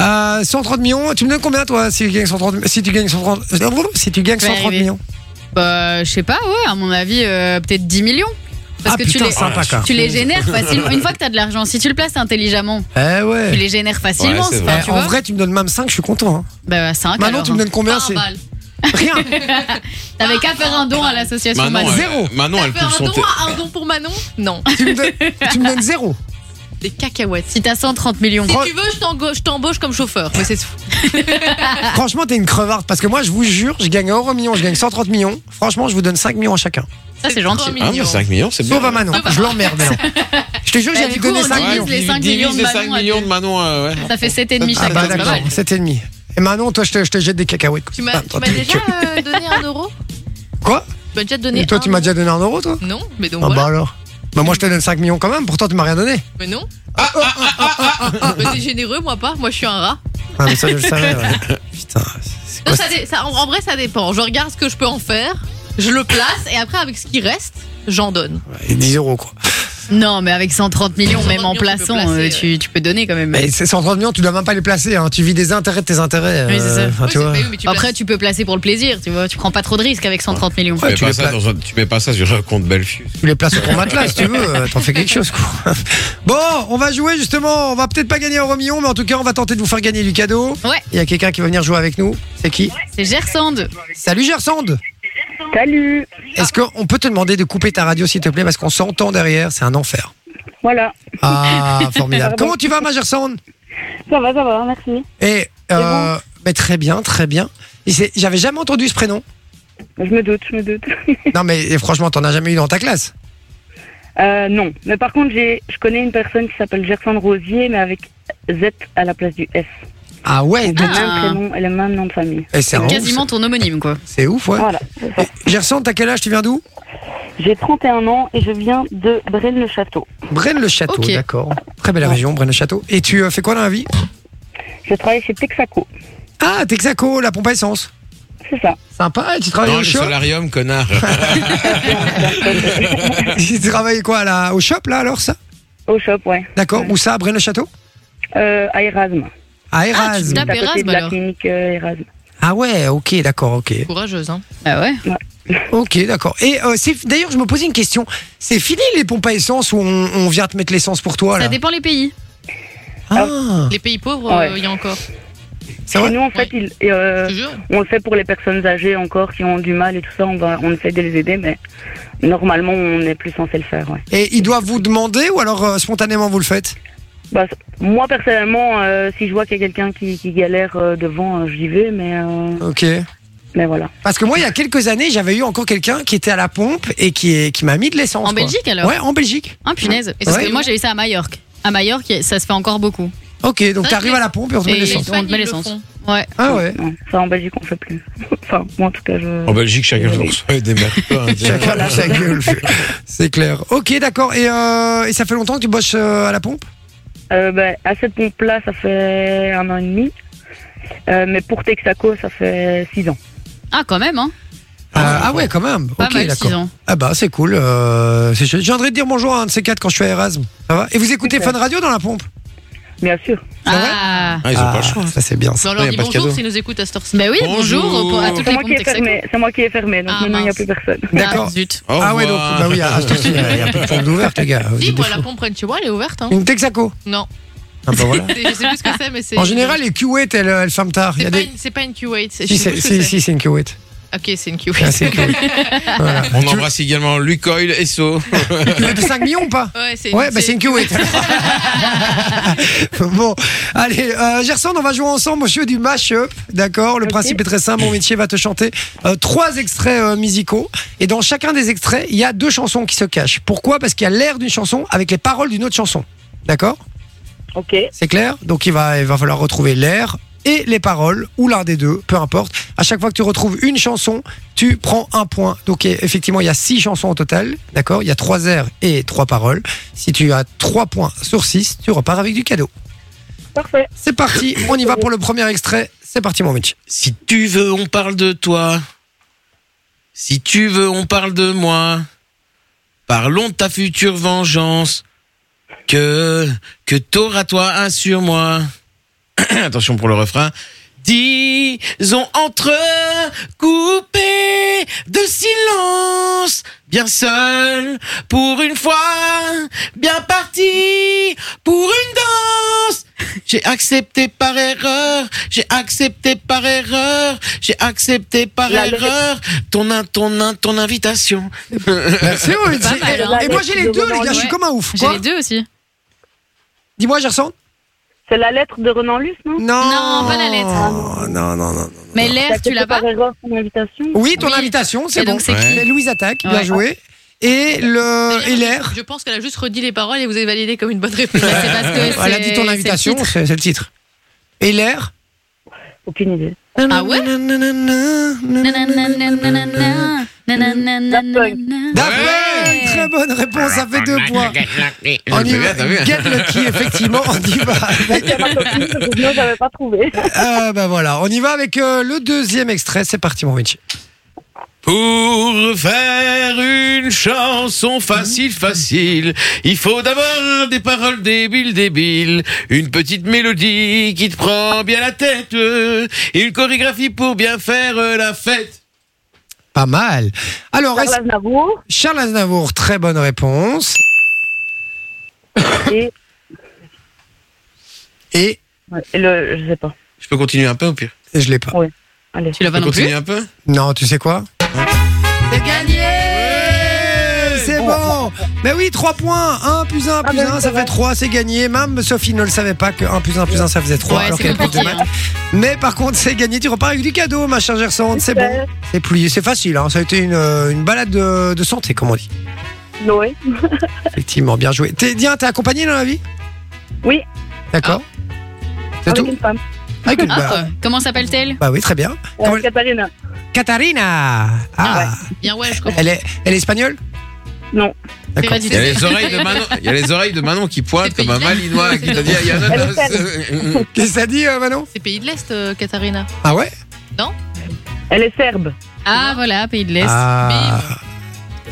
Speaker 1: Euh, 130 millions, tu me donnes combien, toi, si tu gagnes 130, si tu gagnes 130, si tu gagnes
Speaker 7: Je vais
Speaker 1: 130
Speaker 7: arriver.
Speaker 1: millions?
Speaker 7: Bah, je sais pas, ouais, à mon avis, euh, peut-être 10 millions. Parce
Speaker 1: Ah,
Speaker 7: que
Speaker 1: putain,
Speaker 7: tu les,
Speaker 1: sympa, quoi.
Speaker 7: tu les génères facilement. Une fois que t'as de l'argent, si tu le places intelligemment,
Speaker 1: Eh
Speaker 7: tu
Speaker 1: ouais.
Speaker 7: les génères
Speaker 5: Ouais,
Speaker 7: facilement.
Speaker 5: c'est
Speaker 7: enfin,
Speaker 1: Eh,
Speaker 7: tu
Speaker 1: en
Speaker 7: vois.
Speaker 1: vrai, tu me donnes même 5, je suis content. hein.
Speaker 7: Bah, 5
Speaker 1: Maintenant, tu me donnes combien? C'est rien.
Speaker 7: T'avais qu'à faire un don à l'association
Speaker 5: Manon,
Speaker 7: Manon.
Speaker 5: elle-
Speaker 1: Zéro.
Speaker 5: Manon, elle
Speaker 4: Faire
Speaker 5: pousse
Speaker 4: un
Speaker 5: son
Speaker 4: don,
Speaker 5: thé.
Speaker 4: à- un don pour Manon Non.
Speaker 1: tu, me donnes, tu me donnes zéro.
Speaker 4: Des cacahuètes.
Speaker 7: Si t'as 130 millions.
Speaker 4: Si tu veux, je t'engo- je t'embauche comme chauffeur. Mais c'est fou.
Speaker 1: Franchement, t'es une crevarde. Parce que moi, je vous jure, je gagne un euro million, je gagne 130 millions. Franchement, je vous donne 5 millions à chacun.
Speaker 7: Ça, c'est gentil.
Speaker 5: Ah, mais 5 millions, c'est bien.
Speaker 1: Sauf à Manon. Je l'emmerde, Manon. Je te jure,
Speaker 7: Bah,
Speaker 1: j'ai
Speaker 7: du
Speaker 1: lui
Speaker 7: coup,
Speaker 1: donné
Speaker 7: on
Speaker 1: 5
Speaker 7: divise
Speaker 1: millions.
Speaker 7: les cinq millions de
Speaker 5: les
Speaker 7: Manon
Speaker 5: 5
Speaker 7: à
Speaker 5: millions de
Speaker 7: deux.
Speaker 5: Manon, euh, ouais.
Speaker 7: Ça fait 7,5
Speaker 1: Ah
Speaker 7: chacun.
Speaker 1: bah
Speaker 7: c'est pas
Speaker 1: d'accord,
Speaker 7: mal.
Speaker 1: 7,5. Et Manon, toi, je te, je te jette des cacahuètes.
Speaker 4: Tu m'as
Speaker 1: Ah,
Speaker 4: tu
Speaker 1: toi,
Speaker 4: m'as
Speaker 1: t'es-
Speaker 4: déjà euh, donné un euro
Speaker 1: Quoi
Speaker 4: Tu m'as déjà donné
Speaker 1: Et toi,
Speaker 4: un
Speaker 1: tu m'as
Speaker 4: euro
Speaker 1: déjà donné un euro, toi
Speaker 4: Non, mais donc
Speaker 1: Ah bah
Speaker 4: voilà.
Speaker 1: alors Bah moi, je te donne 5 millions quand même. Pourtant, tu m'as rien donné.
Speaker 4: Mais non. Mais t'es généreux, moi pas. Moi, je suis un rat.
Speaker 1: Ah, mais ça, je le savais. ouais. Putain. c'est quoi
Speaker 4: Non, ça dé- ça- en, en vrai, ça dépend. Je regarde ce que je peux en faire, je le place, et après, avec ce qui reste, j'en donne.
Speaker 1: ça 10 euros, quoi.
Speaker 7: Non, mais avec 130 millions,
Speaker 4: 130
Speaker 7: même en
Speaker 4: millions, tu peux
Speaker 7: plaçant,
Speaker 4: placer,
Speaker 7: euh,
Speaker 4: ouais.
Speaker 7: tu, tu peux donner quand même.
Speaker 1: Mais c'est 130 millions, tu dois même pas les placer. hein. Tu vis des intérêts de tes intérêts.
Speaker 7: Oui, c'est ça.
Speaker 1: euh, enfin,
Speaker 4: Oui,
Speaker 1: tu
Speaker 4: c'est-
Speaker 1: vois.
Speaker 4: mais oui, mais tu
Speaker 7: Après,
Speaker 4: places-
Speaker 7: tu peux placer pour le plaisir, tu vois. Tu prends pas trop de risques avec 130 millions.
Speaker 1: Ouais,
Speaker 5: Ah, Tu, mets
Speaker 1: tu
Speaker 5: pas
Speaker 1: les
Speaker 5: ça
Speaker 1: pla-
Speaker 5: dans un- tu mets pas ça sur un compte Belfius.
Speaker 1: Tu les places sur ton matelas si tu veux, euh, t'en fais quelque chose quoi. Bon, on va jouer justement, on va peut-être pas gagner un remillon, mais en tout cas on va tenter de vous faire gagner du cadeau.
Speaker 7: Ouais.
Speaker 1: Il y a quelqu'un qui va venir jouer avec nous, c'est qui
Speaker 7: C'est Gersand.
Speaker 1: Salut Gersonde
Speaker 8: Salut.
Speaker 1: Est-ce qu'on peut te demander de couper ta radio s'il te plaît parce qu'on s'entend derrière, c'est un enfer.
Speaker 8: Voilà.
Speaker 1: Ah, formidable.
Speaker 8: Pardon.
Speaker 1: Comment tu vas ma Gersonde
Speaker 8: Ça va, ça va, merci.
Speaker 1: Et, euh, mais très bien, très bien. Et c'est- J'avais jamais entendu ce prénom.
Speaker 8: Je me doute, je me doute.
Speaker 1: Non mais franchement, t'en as jamais eu dans ta classe.
Speaker 8: Euh, non, mais par contre, j'ai, je connais une personne qui s'appelle Gerson Rosier, mais avec Z à la place du S.
Speaker 1: Ah ouais, donc-
Speaker 8: Le
Speaker 7: Ah.
Speaker 8: même prénom et le même nom de famille.
Speaker 1: Eh, c'est un ouf,
Speaker 7: Quasiment ton homonyme, quoi.
Speaker 1: c'est ouf ouais.
Speaker 8: Voilà.
Speaker 1: Gersonde, t'as quel âge, tu viens d'où
Speaker 8: J'ai 31 ans et je viens de Braine-le-Château.
Speaker 1: Braine-le-Château,
Speaker 7: Ok.
Speaker 1: d'accord. Très belle région, Braine-le-Château. Et tu euh, fais quoi dans la vie
Speaker 8: Je travaille chez Texaco.
Speaker 1: Ah, Texaco, la pompe à essence.
Speaker 8: C'est ça.
Speaker 1: Sympa, et tu travailles
Speaker 5: Non,
Speaker 1: au
Speaker 5: le
Speaker 1: shop
Speaker 5: solarium, connard.
Speaker 1: Tu travailles quoi, là Au shop, là, alors, ça
Speaker 8: Au shop, ouais.
Speaker 1: D'accord, où ça, à Braine-le-Château
Speaker 8: Euh, à Erasme.
Speaker 1: À
Speaker 7: Ah, tu
Speaker 1: Erasme.
Speaker 7: tapes.
Speaker 8: C'est à côté
Speaker 7: Erasme,
Speaker 8: de la
Speaker 7: alors.
Speaker 8: clinique euh, Erasme.
Speaker 1: Ah ouais, ok, d'accord, ok.
Speaker 4: Courageuse, hein.
Speaker 7: Bah ouais.
Speaker 1: Ok, d'accord. Et euh, c'est- d'ailleurs, je me posais une question. C'est fini les pompes à essence où on, on vient te mettre l'essence pour toi, là
Speaker 7: Ça dépend les pays.
Speaker 1: Ah,
Speaker 4: Les pays pauvres, euh, il
Speaker 8: Ouais.
Speaker 4: y a encore.
Speaker 1: c'est
Speaker 8: Et
Speaker 1: vrai
Speaker 8: nous, en fait, il- et, euh,
Speaker 4: Je te jure.
Speaker 8: on le fait pour les personnes âgées encore qui ont du mal et tout ça. On, va, on essaie de les aider, mais normalement, on n'est plus censé le faire, ouais.
Speaker 1: Et ils doivent vous demander ou alors euh, spontanément vous le faites
Speaker 8: Bah, c- moi personnellement, euh, si je vois qu'il y a quelqu'un qui, qui galère euh, devant, euh, j'y vais, mais euh,
Speaker 1: Ok.
Speaker 8: mais voilà.
Speaker 1: Parce que moi, il y a quelques années, j'avais eu encore quelqu'un qui était à la pompe et qui, est- qui m'a mis de l'essence.
Speaker 7: En
Speaker 1: quoi.
Speaker 7: Belgique, alors
Speaker 1: Ouais, en Belgique.
Speaker 7: Ah, punaise. Et parce
Speaker 1: Ouais.
Speaker 7: que moi, j'ai eu ça à Majorque. À Majorque, ça se fait encore beaucoup.
Speaker 1: Ok, donc
Speaker 4: Ouais,
Speaker 1: t'arrives
Speaker 4: mais-
Speaker 1: à la pompe et on te met de
Speaker 7: Et-
Speaker 1: l'essence.
Speaker 7: On te met
Speaker 4: ils le
Speaker 7: l'essence.
Speaker 4: font.
Speaker 7: Ouais.
Speaker 1: Ah ouais.
Speaker 8: Non, ça en Belgique on fait plus. enfin, moi en tout cas je.
Speaker 5: En Belgique, chacun son souhait hein, des
Speaker 1: Chacun pour sa gueule. C'est clair. Ok, d'accord. Et, euh, et ça fait longtemps que tu bosses euh, à la pompe
Speaker 8: Euh, bah, à cette pompe là, ça fait un an et demi. Euh, mais pour Texaco, ça fait six ans.
Speaker 7: Ah, quand même, hein.
Speaker 1: Euh, Ah ouais, quand même.
Speaker 7: Pas
Speaker 1: ok,
Speaker 7: mal, 6
Speaker 1: d'accord.
Speaker 7: ans.
Speaker 1: Ah bah, c'est cool. Euh, c'est chouette. J'ai envie de dire bonjour à un de ces quatre quand je suis à Erasme. Ça va Et vous écoutez Fun Radio dans la pompe
Speaker 8: Bien sûr.
Speaker 7: Ah.
Speaker 5: Ah, ils ont
Speaker 1: Ah,
Speaker 5: pas le choix.
Speaker 1: Ça, c'est bien. ça.
Speaker 4: Mais on leur
Speaker 5: Ouais,
Speaker 4: dit
Speaker 5: pas de
Speaker 4: bonjour
Speaker 5: cadeau.
Speaker 4: s'ils nous écoutent à cette heure-ci.
Speaker 7: Ben oui,
Speaker 5: Bonjour.
Speaker 7: bonjour, pour- à toutes
Speaker 8: C'est
Speaker 7: les
Speaker 8: moi qui
Speaker 7: comptes
Speaker 8: ai fermé. C'est moi qui ai fermé. Donc
Speaker 7: Ah,
Speaker 8: maintenant, il n'y a
Speaker 7: mince.
Speaker 8: plus personne.
Speaker 1: D'accord.
Speaker 7: Zut.
Speaker 5: Au
Speaker 1: Ah ouais, donc,
Speaker 5: revoir.
Speaker 1: bah oui, à- à ce temps-ci, il y a il y a plus de pompe d'ouverte, les gars. Vous
Speaker 4: Si,
Speaker 1: êtes
Speaker 4: moi,
Speaker 1: des
Speaker 4: la
Speaker 1: fous.
Speaker 4: pompe Rennes chez moi, elle est ouverte. Hein.
Speaker 1: Une Texaco.
Speaker 4: Non.
Speaker 1: Ah, bah voilà.
Speaker 4: C'est- Je sais plus ce que c'est, mais c'est.
Speaker 1: En général, les Kuwait, elles, elles ferment tard. Il y
Speaker 4: c'est
Speaker 1: a
Speaker 4: pas,
Speaker 1: des...
Speaker 4: une- c'est pas une Q8.
Speaker 1: Si, c'est si, si, c'est une Kuwait.
Speaker 4: Ok, c'est une
Speaker 1: Ah,
Speaker 4: Q8.
Speaker 1: c'est une Kuwait. Voilà.
Speaker 5: On
Speaker 1: Tu-
Speaker 5: embrasse également Lucoil et So.
Speaker 1: Tu veux de 5 millions ou pas
Speaker 4: Ouais, c'est
Speaker 1: Ouais, bah c'est une
Speaker 4: une
Speaker 1: Kuwait. bon, allez, euh, Gerson, on va jouer ensemble au jeu du mash-up, d'accord Le
Speaker 8: Ok.
Speaker 1: principe est très simple, mon métier va te chanter euh, trois extraits euh, musicaux. Et dans chacun des extraits, il y a deux chansons qui se cachent. Pourquoi Parce qu'il y a l'air d'une chanson avec les paroles d'une autre chanson, d'accord
Speaker 8: Ok.
Speaker 1: C'est clair Donc il va, il va falloir retrouver l'air et les paroles, ou l'un des deux, peu importe. À chaque fois que tu retrouves une chanson, tu prends un point. Donc e- effectivement, il y a six chansons au total, d'accord Il y a trois airs et trois paroles. Si tu as trois points sur six, tu repars avec du cadeau.
Speaker 8: Parfait.
Speaker 1: C'est parti, on y va pour le premier extrait. C'est parti mon Mitch.
Speaker 5: Si tu veux, on parle de toi. Si tu veux, on parle de moi. Parlons de ta future vengeance. Que, que t'auras toi un sur moi. Attention pour le refrain. Disons entre coupés de silence, bien seul pour une fois, bien parti pour une danse. J'ai accepté par erreur, j'ai accepté par erreur, j'ai accepté par
Speaker 8: La lyrique.
Speaker 5: erreur ton in- ton in- ton invitation.
Speaker 1: Merci mon Mitch.
Speaker 7: Pas mal,
Speaker 1: Et-
Speaker 7: hein.
Speaker 1: Et, moi j'ai les deux les gars, je suis
Speaker 7: Ouais.
Speaker 1: comme un ouf.
Speaker 7: J'ai
Speaker 1: Quoi
Speaker 7: les deux aussi.
Speaker 1: Dis-moi Gerson
Speaker 8: C'est la lettre de Renan Luce, non
Speaker 1: Non.
Speaker 7: Non, pas la
Speaker 1: lettre. Non, non, non.
Speaker 7: Mais l'air, Mm. tu l'as Bah, pas
Speaker 8: Par erreur, son invitation.
Speaker 1: Oui, ton
Speaker 7: Oui.
Speaker 1: invitation, c'est
Speaker 7: Et
Speaker 1: bon.
Speaker 7: donc, c'est
Speaker 5: qui
Speaker 1: Mais Louise attaque, bien
Speaker 7: Ouais.
Speaker 1: joué. Et le et l'air.
Speaker 4: Je pense qu'elle a juste redit les paroles et vous avez validé comme une bonne réponse.
Speaker 7: Bah, c'est parce
Speaker 4: Euh,
Speaker 7: que
Speaker 1: Elle a
Speaker 7: c'est-
Speaker 1: Euh, dit ton
Speaker 7: c'est
Speaker 1: invitation,
Speaker 7: le titre.
Speaker 1: c'est c'est le titre. Et l'air
Speaker 8: Aucune idée.
Speaker 7: Ah ouais Nanananananana, nananananana.
Speaker 1: Daft
Speaker 5: Ouais.
Speaker 1: Punk, Très bonne réponse, ça fait deux points. On y
Speaker 5: Ah, T'as vu,
Speaker 1: va.
Speaker 5: t'as vu hein.
Speaker 1: Get lucky, effectivement, on y va. Avec,
Speaker 8: C'est ma copine, que je n'avais pas trouvé.
Speaker 1: euh, bah voilà, on y va avec euh, le deuxième extrait. C'est parti, mon Vinci.
Speaker 5: Pour faire une chanson facile, facile, il faut d'abord des paroles débiles, débiles, une petite mélodie qui te prend bien la tête, euh, et une chorégraphie pour bien faire euh, la fête.
Speaker 1: Pas mal. Alors, est-ce-
Speaker 8: Carla Aznavour
Speaker 1: Charles Aznavour, très bonne réponse.
Speaker 8: et
Speaker 1: Et
Speaker 8: ouais, et le, je sais pas.
Speaker 5: Je peux continuer un peu au pire
Speaker 1: je l'ai pas.
Speaker 8: Allez.
Speaker 4: Tu l'as pas
Speaker 5: Je peux
Speaker 4: non plus
Speaker 5: continuer un peu
Speaker 1: Non, tu sais quoi
Speaker 4: C'est gagné
Speaker 1: C'est bon Mais oui, 3 points 1 plus 1 plus
Speaker 8: bah oui,
Speaker 1: 1,
Speaker 8: c'est
Speaker 1: ça fait
Speaker 8: vrai.
Speaker 1: 3, c'est gagné. Même Sophie ne le savait pas que 1 plus 1 plus 1, ça faisait 3,
Speaker 4: Ouais,
Speaker 1: alors
Speaker 4: c'est
Speaker 1: qu'elle est prof de
Speaker 4: compliqué,
Speaker 1: maths. Mais par contre, c'est gagné, tu repars avec du cadeau, ma chère Gerson, c'est bon. Et puis, c'est facile, hein. ça a été une, euh, une balade de, de santé, comme on dit.
Speaker 8: Noé.
Speaker 1: Effectivement, bien joué. T'es bien, t'es accompagné dans la vie
Speaker 8: Oui.
Speaker 1: D'accord. C'est
Speaker 8: Avec
Speaker 1: tout
Speaker 8: une femme.
Speaker 1: Avec une
Speaker 7: Hop,
Speaker 1: bah,
Speaker 7: comment s'appelle-t-elle
Speaker 1: bah oui, très bien.
Speaker 8: Euh,
Speaker 1: Comment-
Speaker 8: Katharina.
Speaker 1: Katharina Ah,
Speaker 4: Bien, ouais, je comprends.
Speaker 1: elle, est, elle est espagnole
Speaker 8: Non.
Speaker 1: D'accord.
Speaker 4: Ferrari,
Speaker 5: Il y, a les oreilles de Manon, il y a les oreilles de Manon qui pointent
Speaker 4: C'est
Speaker 5: comme un
Speaker 4: bizarre.
Speaker 5: malinois qui t'a dit il y en
Speaker 8: Elle est
Speaker 5: a
Speaker 1: Qu'est-ce que ça dit, euh, Manon
Speaker 4: C'est pays de l'Est, euh, Katharina.
Speaker 1: Ah ouais
Speaker 8: Elle est serbe.
Speaker 7: Ah voilà, pays de l'Est.
Speaker 1: Ah.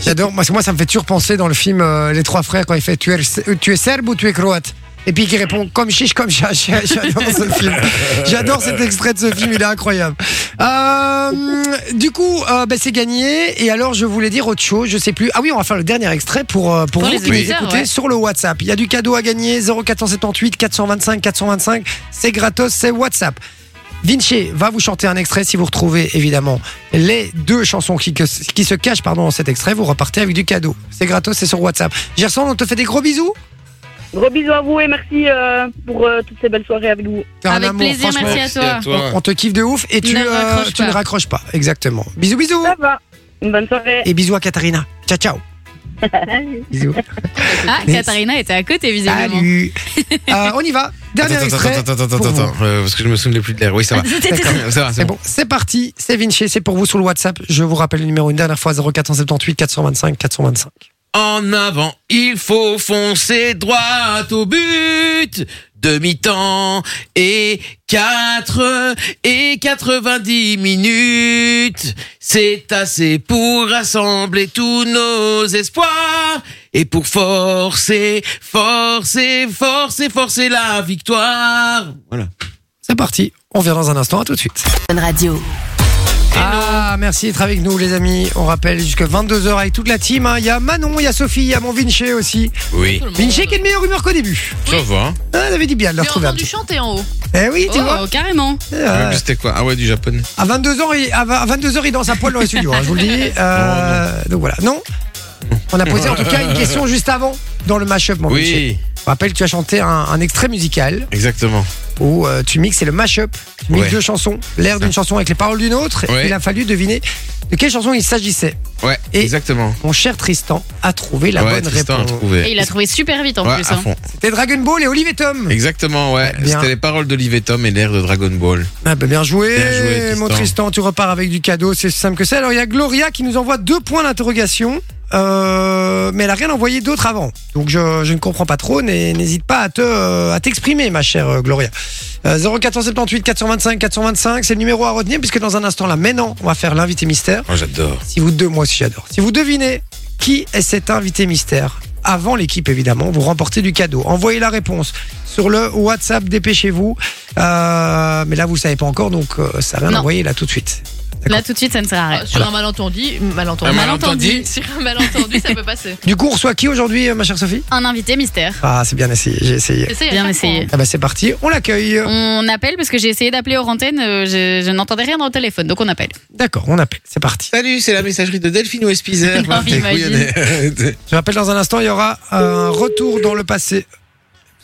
Speaker 1: J'adore, moi, moi ça me fait toujours penser dans le film euh, Les Trois Frères quand il fait tu es, tu es serbe ou tu es croate Et puis qui répond comme chiche, comme chache. J'adore ce film. J'adore cet extrait de ce film, il est incroyable. Euh, du coup, euh, ben, c'est gagné. Et alors, je voulais dire autre chose, je sais plus. Ah oui, on va faire le dernier extrait pour, euh, pour,
Speaker 7: Pour
Speaker 1: vous
Speaker 7: les
Speaker 1: qui nous
Speaker 7: auditeurs,
Speaker 1: écoutez
Speaker 7: ouais.
Speaker 1: sur le WhatsApp. Il y a du cadeau à gagner 0478 425 425. C'est gratos, c'est WhatsApp. Vinci va vous chanter un extrait. Si vous retrouvez évidemment les deux chansons qui, que- qui se cachent pardon, dans cet extrait, vous repartez avec du cadeau. C'est gratos, c'est sur WhatsApp. Gerson, on te fait des gros bisous.
Speaker 8: Gros bisous à vous et merci euh, pour euh, toutes ces belles soirées avec vous.
Speaker 1: T'es un
Speaker 7: Avec
Speaker 1: amour,
Speaker 7: plaisir,
Speaker 1: franchement.
Speaker 7: merci à toi.
Speaker 1: On te kiffe de ouf et tu,
Speaker 7: Ne
Speaker 1: euh,
Speaker 7: raccroche
Speaker 1: tu
Speaker 7: pas.
Speaker 1: ne raccroches pas. Exactement. Bisous, bisous.
Speaker 8: Ça va. Une bonne soirée.
Speaker 1: Et bisous à Katharina. Ciao, ciao. bisous.
Speaker 7: Ah, Katharina était à côté visiblement.
Speaker 1: Salut. Euh, on y va. Dernier
Speaker 5: Attends,
Speaker 1: extrait.
Speaker 5: attends, attends, attends,
Speaker 1: pour
Speaker 5: attends,
Speaker 1: vous.
Speaker 5: attends, euh, parce que je me souviens plus de l'air. Oui, ça va. D'accord, Ça va,
Speaker 1: C'est
Speaker 5: c'est bon.
Speaker 1: bon, c'est parti, c'est Vinci, c'est pour vous sur le WhatsApp. Je vous rappelle le numéro une dernière fois 0478 425 425.
Speaker 5: En avant, il faut foncer droit au but. Demi-temps et 4 et 90 minutes. C'est assez pour rassembler tous nos espoirs et pour forcer, forcer, forcer, forcer la victoire. Voilà.
Speaker 1: C'est parti. On revient dans un instant. À tout de suite.
Speaker 3: Fun Radio.
Speaker 1: Ah, merci d'être avec nous, les amis. On rappelle jusqu'à 22h avec toute la team. hein. Il y a Manon, il y a Sophie, il y a mon Vinci aussi.
Speaker 5: Oui,
Speaker 4: Tout le monde.
Speaker 1: Vinci qui est de meilleure humeur qu'au début.
Speaker 5: ça va. hein.
Speaker 1: Ah, elle avait dit bien de le
Speaker 4: J'ai
Speaker 1: retrouver un
Speaker 4: entendu
Speaker 1: petit.
Speaker 4: chanter en haut.
Speaker 1: Eh oui, tu vois.
Speaker 7: Oh, carrément.
Speaker 1: Euh,
Speaker 5: C'était quoi Ah ouais, du japonais.
Speaker 1: à 22h, il, à 22h, il danse à poil dans les studios, hein, je vous le
Speaker 5: Oh,
Speaker 1: dis. Euh, donc voilà. Non On a posé en tout cas une question juste avant dans le mashup, mon Vinci.
Speaker 5: Oui,
Speaker 1: Je rappelle, tu as chanté un, un extrait musical
Speaker 5: exactement.
Speaker 1: où euh, tu mixes, c'est le mashup. Tu mixes
Speaker 5: Ouais.
Speaker 1: deux chansons, l'air d'une chanson avec les paroles d'une autre.
Speaker 5: Ouais.
Speaker 1: Il a fallu deviner de quelle chanson il s'agissait.
Speaker 5: Ouais,
Speaker 1: Et-
Speaker 5: exactement.
Speaker 1: Mon cher Tristan a trouvé la
Speaker 5: ouais,
Speaker 1: bonne
Speaker 5: Tristan a
Speaker 1: réponse.
Speaker 5: trouvé.
Speaker 7: Et il a trouvé super vite en
Speaker 5: Ouais,
Speaker 7: plus.
Speaker 5: à
Speaker 7: hein.
Speaker 5: fond.
Speaker 1: C'était Dragon Ball et Olive et Tom.
Speaker 5: Exactement, ouais.
Speaker 1: Bien.
Speaker 5: C'était les paroles d'Olivier Tom et l'air de Dragon Ball.
Speaker 1: Ah bah, bien joué,
Speaker 5: Bien joué, Tristan.
Speaker 1: mon Tristan, tu repars avec du cadeau, c'est aussi simple que ça. Alors il y a Gloria qui nous envoie deux points d'interrogation, euh, mais elle a rien envoyé d'autre avant. Donc je, je ne comprends pas trop, mais n'hésite pas à te euh, à t'exprimer, ma chère euh, Gloria. Euh, 0478 425 425, c'est le numéro à retenir, puisque dans un instant, là maintenant, on va faire l'invité mystère.
Speaker 5: Oh, j'adore.
Speaker 1: Si vous deux, moi aussi j'adore. Si vous devinez qui est cet invité mystère, avant l'équipe évidemment, vous remportez du cadeau. Envoyez la réponse sur le WhatsApp, dépêchez-vous. Euh, mais là, vous ne savez pas encore, donc euh, ça n'a rien
Speaker 7: Non.
Speaker 1: envoyé là tout de suite.
Speaker 7: Là tout de suite ça ne sert à rien.
Speaker 4: euh, Sur un malentendu, malentendu.
Speaker 5: Un malentendu.
Speaker 4: Sur un malentendu, ça peut passer.
Speaker 1: Du coup, on reçoit qui aujourd'hui, euh, ma chère Sophie
Speaker 7: Un invité mystère.
Speaker 1: Ah, c'est bien essayé, j'ai essayé.
Speaker 4: Essaye à
Speaker 7: Bien
Speaker 4: chaque
Speaker 7: essayé.
Speaker 4: fois.
Speaker 1: Ah bah c'est parti, on l'accueille.
Speaker 7: On appelle parce que j'ai essayé d'appeler hors antenne, euh, je, je n'entendais rien dans le téléphone, donc on appelle.
Speaker 1: D'accord, on appelle, c'est parti.
Speaker 5: Salut, c'est la messagerie de Delphine ou Espizer.
Speaker 7: Non, imagine.
Speaker 1: Je rappelle dans un instant, il y aura un retour dans le passé.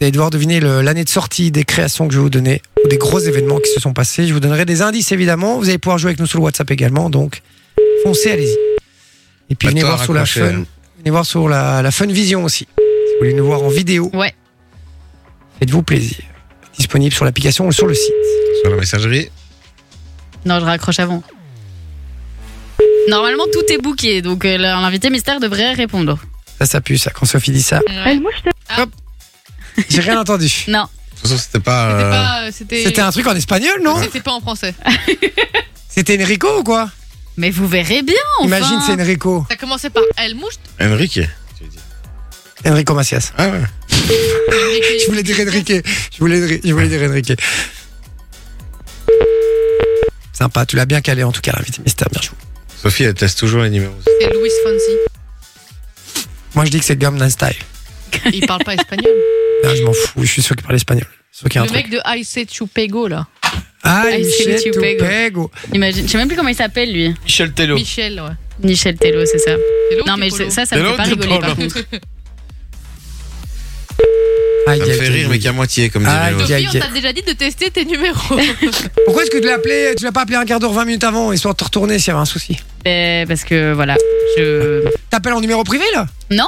Speaker 1: Vous allez devoir deviner le- l'année de sortie des créations que je vais vous donner, ou des gros événements qui se sont passés. Je vous donnerai des indices évidemment. Vous allez pouvoir jouer avec nous sur le WhatsApp également, donc foncez, allez-y. Et puis
Speaker 5: Pas
Speaker 1: venez
Speaker 5: tort
Speaker 1: voir,
Speaker 5: à
Speaker 1: sur la
Speaker 5: raccrocher,
Speaker 1: fun,
Speaker 5: hein.
Speaker 1: venez voir sur la, la Fun Vision aussi. Si vous voulez nous voir en vidéo,
Speaker 7: Ouais.
Speaker 1: faites-vous plaisir. Disponible sur l'application ou sur le site.
Speaker 5: Sur la messagerie.
Speaker 7: Non, je raccroche avant. Normalement tout est booké, donc euh, l'invité mystère devrait répondre.
Speaker 1: Ça, ça pue, ça. Quand Sophie dit ça,
Speaker 4: Ouais.
Speaker 8: Eh, moi, je te...
Speaker 1: j'ai rien entendu.
Speaker 7: Non,
Speaker 5: De toute façon, c'était pas.
Speaker 4: C'était
Speaker 5: euh,
Speaker 4: pas- C'était
Speaker 1: C'était un truc en espagnol, non
Speaker 4: C'était pas en français.
Speaker 1: C'était Enrico ou quoi
Speaker 7: mais vous verrez bien. Enfin.
Speaker 1: Imagine, c'est Enrico.
Speaker 4: Ça commençait par El Moucht.
Speaker 5: euh, Enrique. tu veux dire.
Speaker 1: Enrico Macias.
Speaker 5: Ah ouais.
Speaker 1: Je voulais dire Enrique. Je voulais, je voulais dire Enrique. Sympa, tu l'as bien calé en tout cas, l'invité mystère, bien joué.
Speaker 5: Sophie, elle teste toujours les numéros.
Speaker 4: C'est Louis Fonsi.
Speaker 1: Moi je dis que c'est Gangnam Style.
Speaker 4: Il parle pas espagnol.
Speaker 1: Non, je m'en fous, je suis sûr qu'il parle espagnol. Sûr qu'il y a un
Speaker 4: Le
Speaker 1: truc.
Speaker 4: mec de Ice Chupego, là.
Speaker 1: Ah,
Speaker 7: I see
Speaker 1: Michel
Speaker 7: you, Pego.
Speaker 1: Tupego.
Speaker 7: Imagine, je sais même plus comment il s'appelle lui.
Speaker 5: Michel
Speaker 1: Oh.
Speaker 5: Tello.
Speaker 4: Michel, ouais.
Speaker 7: Michel Tello, c'est ça.
Speaker 4: C'est l'autre
Speaker 7: Non
Speaker 4: qui
Speaker 7: mais
Speaker 4: est polo.
Speaker 7: je- ça, ça me
Speaker 5: Tello
Speaker 7: fait pas
Speaker 5: ou
Speaker 7: rigoler par
Speaker 5: Tello
Speaker 7: contre.
Speaker 1: Aïe,
Speaker 5: Ça me
Speaker 1: aïe,
Speaker 5: fait
Speaker 1: aïe,
Speaker 5: rire,
Speaker 1: aïe.
Speaker 5: mais qu'à moitié,
Speaker 1: Ah,
Speaker 5: comme dirait l'autre.
Speaker 1: Aïe,
Speaker 4: Sophie,
Speaker 1: aïe.
Speaker 4: on t'a déjà dit de tester tes numéros.
Speaker 1: Pourquoi est-ce que tu l'as appelé, tu l'as pas appelé un quart d'heure, 20 minutes avant, histoire de te retourner s'il y avait un souci
Speaker 7: Ben, parce que voilà, je.
Speaker 1: T'appelles en numéro privé là
Speaker 7: Non.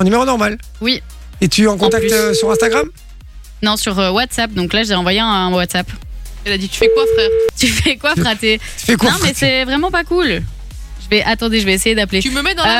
Speaker 1: En numéro normal
Speaker 7: Oui.
Speaker 1: Et tu es en contact
Speaker 7: plus.
Speaker 1: euh, sur Instagram
Speaker 7: Non, sur euh, WhatsApp. Donc là, j'ai envoyé un WhatsApp.
Speaker 4: Elle a dit Tu fais quoi, frère
Speaker 7: Tu fais quoi, fraté
Speaker 1: Tu fais quoi
Speaker 7: Non, mais
Speaker 1: frère
Speaker 7: c'est vraiment pas cool. Je vais attendez, je vais essayer d'appeler.
Speaker 4: Tu me mets dans
Speaker 7: Euh,
Speaker 4: la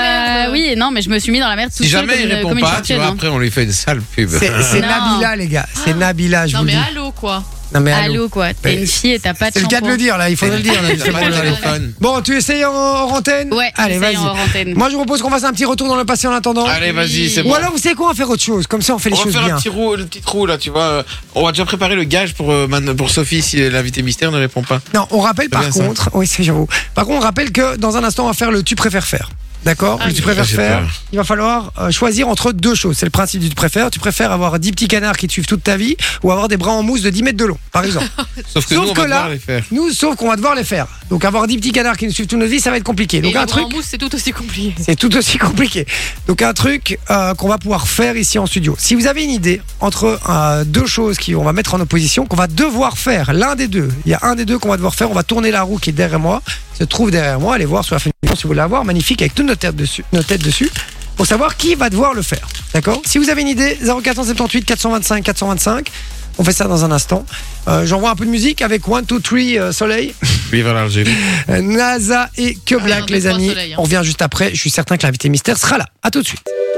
Speaker 4: merde.
Speaker 7: oui, non, mais je me suis mis dans la merde tout
Speaker 5: Si
Speaker 7: seul
Speaker 5: jamais
Speaker 7: comme,
Speaker 5: il
Speaker 7: une-
Speaker 5: répond
Speaker 7: comme une
Speaker 5: pas, tu
Speaker 7: championne,
Speaker 5: vois,
Speaker 7: hein.
Speaker 5: après, on lui fait une sale pub.
Speaker 1: C'est c'est
Speaker 7: Non. Ah.
Speaker 1: Nabila les gars, c'est Nabila, je
Speaker 4: Non,
Speaker 1: vous le
Speaker 4: mais
Speaker 1: dis.
Speaker 4: allô, quoi.
Speaker 1: Non mais allô.
Speaker 7: Allô quoi, t'es
Speaker 1: Mais-
Speaker 7: une fille et t'as pas de
Speaker 1: C'est le
Speaker 7: shampoing.
Speaker 1: cas de le dire là, il faut le dire. là,
Speaker 5: T'as pas de téléphone.
Speaker 1: Bon, tu essayes en, en antenne
Speaker 7: Ouais,
Speaker 1: Allez, vas-y.
Speaker 7: en hors antenne.
Speaker 1: Moi, je vous propose qu'on fasse un petit retour dans le passé en attendant.
Speaker 5: Allez, vas-y, c'est
Speaker 1: Oh, Ou
Speaker 5: bon.
Speaker 1: alors, vous savez quoi On va faire autre chose. Comme ça, on fait les
Speaker 5: On va
Speaker 1: choses
Speaker 5: faire
Speaker 1: bien.
Speaker 5: un petit roux, le petit trou là, tu vois. Euh, On va déjà préparer le gage pour, euh, Man- pour Sophie si l'invité mystère ne répond pas.
Speaker 1: Non, on rappelle par
Speaker 5: Eh bien ça.
Speaker 1: contre. Oui, c'est j'avoue. Par contre, on rappelle que dans un instant, on va faire le tu préfères faire. D'accord Le tu préfères
Speaker 5: Ah, j'ai
Speaker 1: faire.
Speaker 5: peur.
Speaker 1: Il va falloir euh, choisir entre deux choses. C'est le principe du tu préfères. Tu préfères avoir 10 petits canards qui te suivent toute ta vie ou avoir des bras en mousse de 10 mètres de long, par exemple.
Speaker 5: Sauf que
Speaker 1: Sauf
Speaker 5: nous, on
Speaker 1: que
Speaker 5: va
Speaker 1: là-
Speaker 5: devoir les faire.
Speaker 1: Nous, sauf qu'on va devoir les faire. Donc, avoir 10 petits canards qui nous suivent toute notre vie, ça va être compliqué.
Speaker 4: Et
Speaker 1: Donc,
Speaker 4: les
Speaker 1: un
Speaker 4: bras
Speaker 1: truc.
Speaker 4: en mousse, c'est tout aussi compliqué.
Speaker 1: C'est tout aussi compliqué. Donc un truc euh, qu'on va pouvoir faire ici en studio. Si vous avez une idée entre euh, deux choses qui on va mettre en opposition, qu'on va devoir faire, l'un des deux, il y a un des deux qu'on va devoir faire, on va tourner la roue qui est derrière moi, se trouve derrière moi, allez voir sur la fin du si vous voulez la voir, magnifique avec toutes nos têtes dessus, nos têtes dessus pour savoir qui va devoir le faire. D'accord Si vous avez une idée, 0478 425 425. On fait ça dans un instant. Euh, J'envoie un peu de musique avec One, Two, Three euh, Soleil.
Speaker 5: Vive l'Algérie.
Speaker 1: Euh, NASA et Que
Speaker 4: Ah,
Speaker 1: Black,
Speaker 4: non,
Speaker 1: les
Speaker 4: trois
Speaker 1: amis.
Speaker 4: soleils, hein.
Speaker 1: On revient juste après. Je suis certain que l'invité mystère sera là. À tout de suite.